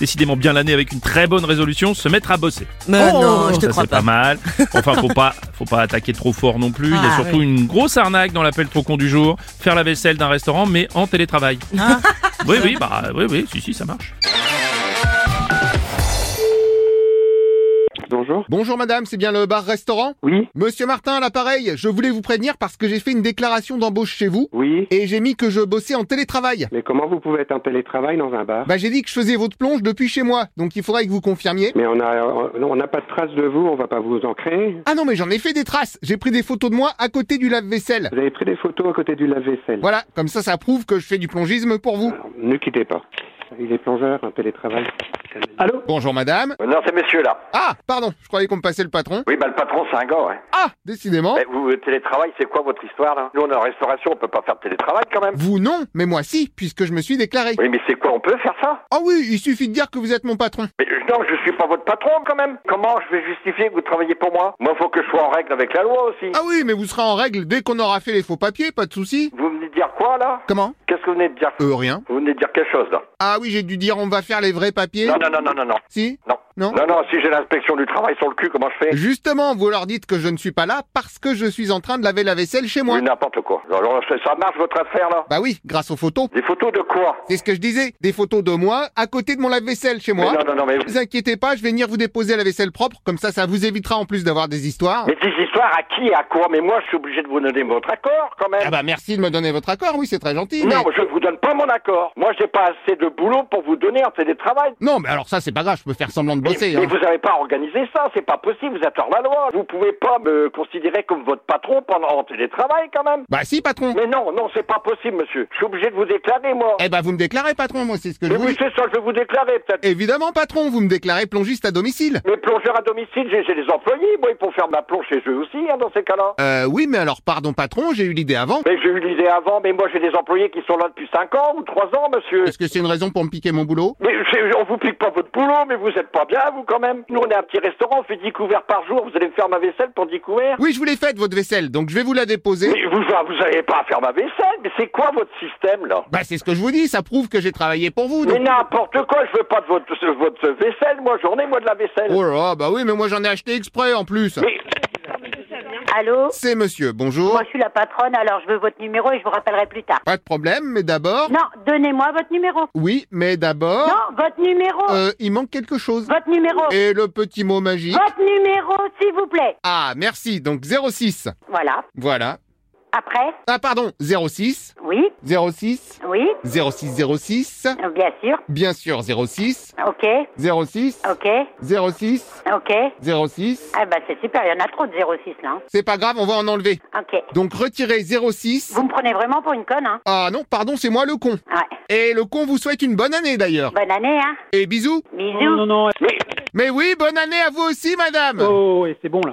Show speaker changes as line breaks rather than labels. décidément bien l'année avec une très bonne résolution, se mettre à bosser.
Mais Oh, non, je te
Ça
crois
c'est pas.
pas.
mal. Enfin, faut pas, faut pas attaquer trop fort non plus. Il y a
Ah,
surtout une grosse arnaque dans l'appel trop con du jour. Faire la vaisselle d'un restaurant mais en télétravail.
Ah.
oui, oui, bah oui, oui, si, si, ça marche.
Bonjour.
Bonjour madame, c'est bien le bar-restaurant
Oui,
Monsieur Martin, à l'appareil, je voulais vous prévenir parce que j'ai fait une déclaration d'embauche chez vous
oui.
et j'ai mis que je bossais en télétravail.
Mais comment vous pouvez être en télétravail dans un bar
Bah j'ai dit que je faisais votre plonge depuis chez moi, donc il faudrait que vous confirmiez.
Mais on a, on n'a pas de traces de vous, on va pas vous en créer.
Ah non mais j'en ai fait des traces, j'ai pris des photos de moi à côté du lave-vaisselle.
Vous avez pris des photos à côté du lave-vaisselle.
Voilà, comme ça ça prouve que je fais du plongisme pour vous.
Alors, Ne quittez pas. Il est plongeur en télétravail. Allô
Bonjour madame.
Euh, Non, c'est monsieur là.
Ah, pardon, je croyais qu'on me passait le patron.
Oui, bah le patron, c'est un gars, ouais.
Ah, décidément.
Eh, vous, le télétravail, c'est quoi votre histoire là Nous, on est en restauration, on peut pas faire de télétravail quand même.
Vous non, mais moi si, puisque je me suis déclaré.
Oui, mais c'est quoi On peut faire ça
Ah oui, il suffit de dire que vous êtes mon patron.
Mais euh, non, je suis pas votre patron quand même. Comment je vais justifier que vous travaillez pour moi Moi, faut que je sois en règle avec la loi aussi.
Ah oui, mais vous serez en règle dès qu'on aura fait les faux papiers, pas de souci.
Vous venez de dire quoi là
Comment
Qu'est-ce que vous venez de dire
Euh, rien.
Vous venez de dire quelque chose là
Ah oui, j'ai dû dire on va faire les vrais papiers.
Non, non, non, non, non, non.
Si
Non.
Non.
non, non, si j'ai l'inspection du travail sur le cul, comment je fais
Justement, vous leur dites que je ne suis pas là parce que je suis en train de laver la vaisselle chez moi.
Oui, n'importe quoi. Alors, ça- ça marche votre affaire là
Bah oui, grâce aux photos.
Des photos de quoi
C'est ce que je disais, des photos de moi à côté de mon lave-vaisselle chez
Mais
moi.
non, non, non, mais...
Ne vous inquiétez pas, je vais venir vous déposer la vaisselle propre, comme ça, ça vous évitera en plus d'avoir des histoires.
Mais ces histoires à qui et à quoi Mais moi, je suis obligé de vous donner votre accord quand même.
Ah bah merci de me donner votre accord, oui, c'est très gentil. mais-
Non, je ne vous donne pas mon accord. Moi, j'ai pas assez de boulot pour vous donner un télétravail.
Non, mais alors ça, c'est pas grave, je peux faire semblant de
Mais,
bosser.
mais
hein.
vous n'avez pas organisé ça, c'est pas possible, vous êtes hors la loi. Vous pouvez pas me considérer comme votre patron pendant en télétravail quand même.
Bah si, patron.
Mais non, non, c'est pas possible, monsieur. Je suis obligé de vous déclarer, moi.
Eh bah vous me déclarez, patron, moi, c'est ce que je
Mais
vous
oui,
dis.
c'est ça, je vais vous déclarer peut-être.
Évidemment, patron, vous me déclarez plongiste à domicile.
Mais plongeur à domicile, j'ai j'ai des employés, moi, ils peuvent faire ma plonge chez eux aussi, hein, dans ces cas-là.
Euh, oui, mais alors, pardon, patron, j'ai eu l'idée avant.
Mais j'ai eu l'idée avant, mais moi, j'ai des employés qui sont là depuis 5 ans ou 3 ans, monsieur.
Est-ce que c'est une raison pour me piquer mon boulot
Mais c'est- on vous pique pas votre boulot, mais vous êtes pas bien, vous, quand même. Nous, on est un petit restaurant, on fait 10 couverts par jour. Vous allez me faire ma vaisselle pour 10 couverts
Oui, je vous l'ai faite, votre vaisselle, donc je vais vous la déposer.
Mais vous, vous allez pas faire ma vaisselle, mais c'est quoi votre système, là
Bah c'est ce que je vous dis, ça prouve que j'ai travaillé pour vous.
Mais
Donc...
n'importe quoi, je veux pas de votre, de votre vaisselle, moi, journée, moi, de la vaisselle.
Oh là là, bah oui, mais moi j'en ai acheté exprès en plus.
Mais
Allô
C'est monsieur, bonjour.
Moi, je suis la patronne, alors je veux votre numéro et je vous rappellerai plus tard.
Pas de problème, mais d'abord...
Non, donnez-moi votre numéro.
Oui, mais d'abord...
Non, votre numéro.
Euh, il manque quelque chose.
Votre numéro.
euh,
Et le petit mot magique.
Votre numéro, s'il vous plaît.
Ah, merci, donc 06.
Voilà.
Voilà.
Après
Ah pardon, 06,
Oui,
06,
oui,
06, 06,
euh, bien sûr.
bien sûr 06,
Ok,
06,
ok,
06,
ok.
06.
Ah bah c'est super, il y en a trop de 06 là. hein.
C'est pas grave, on va en enlever.
Ok.
Donc retirez 06.
Vous me prenez vraiment pour une conne, hein
Ah non, pardon, c'est moi le con.
Ouais.
Et le con vous souhaite une bonne année d'ailleurs.
Bonne année, hein
Et bisous.
Bisous.
Non, non, non.
Mais oui, bonne année à vous aussi, madame.
Oh, et c'est bon là.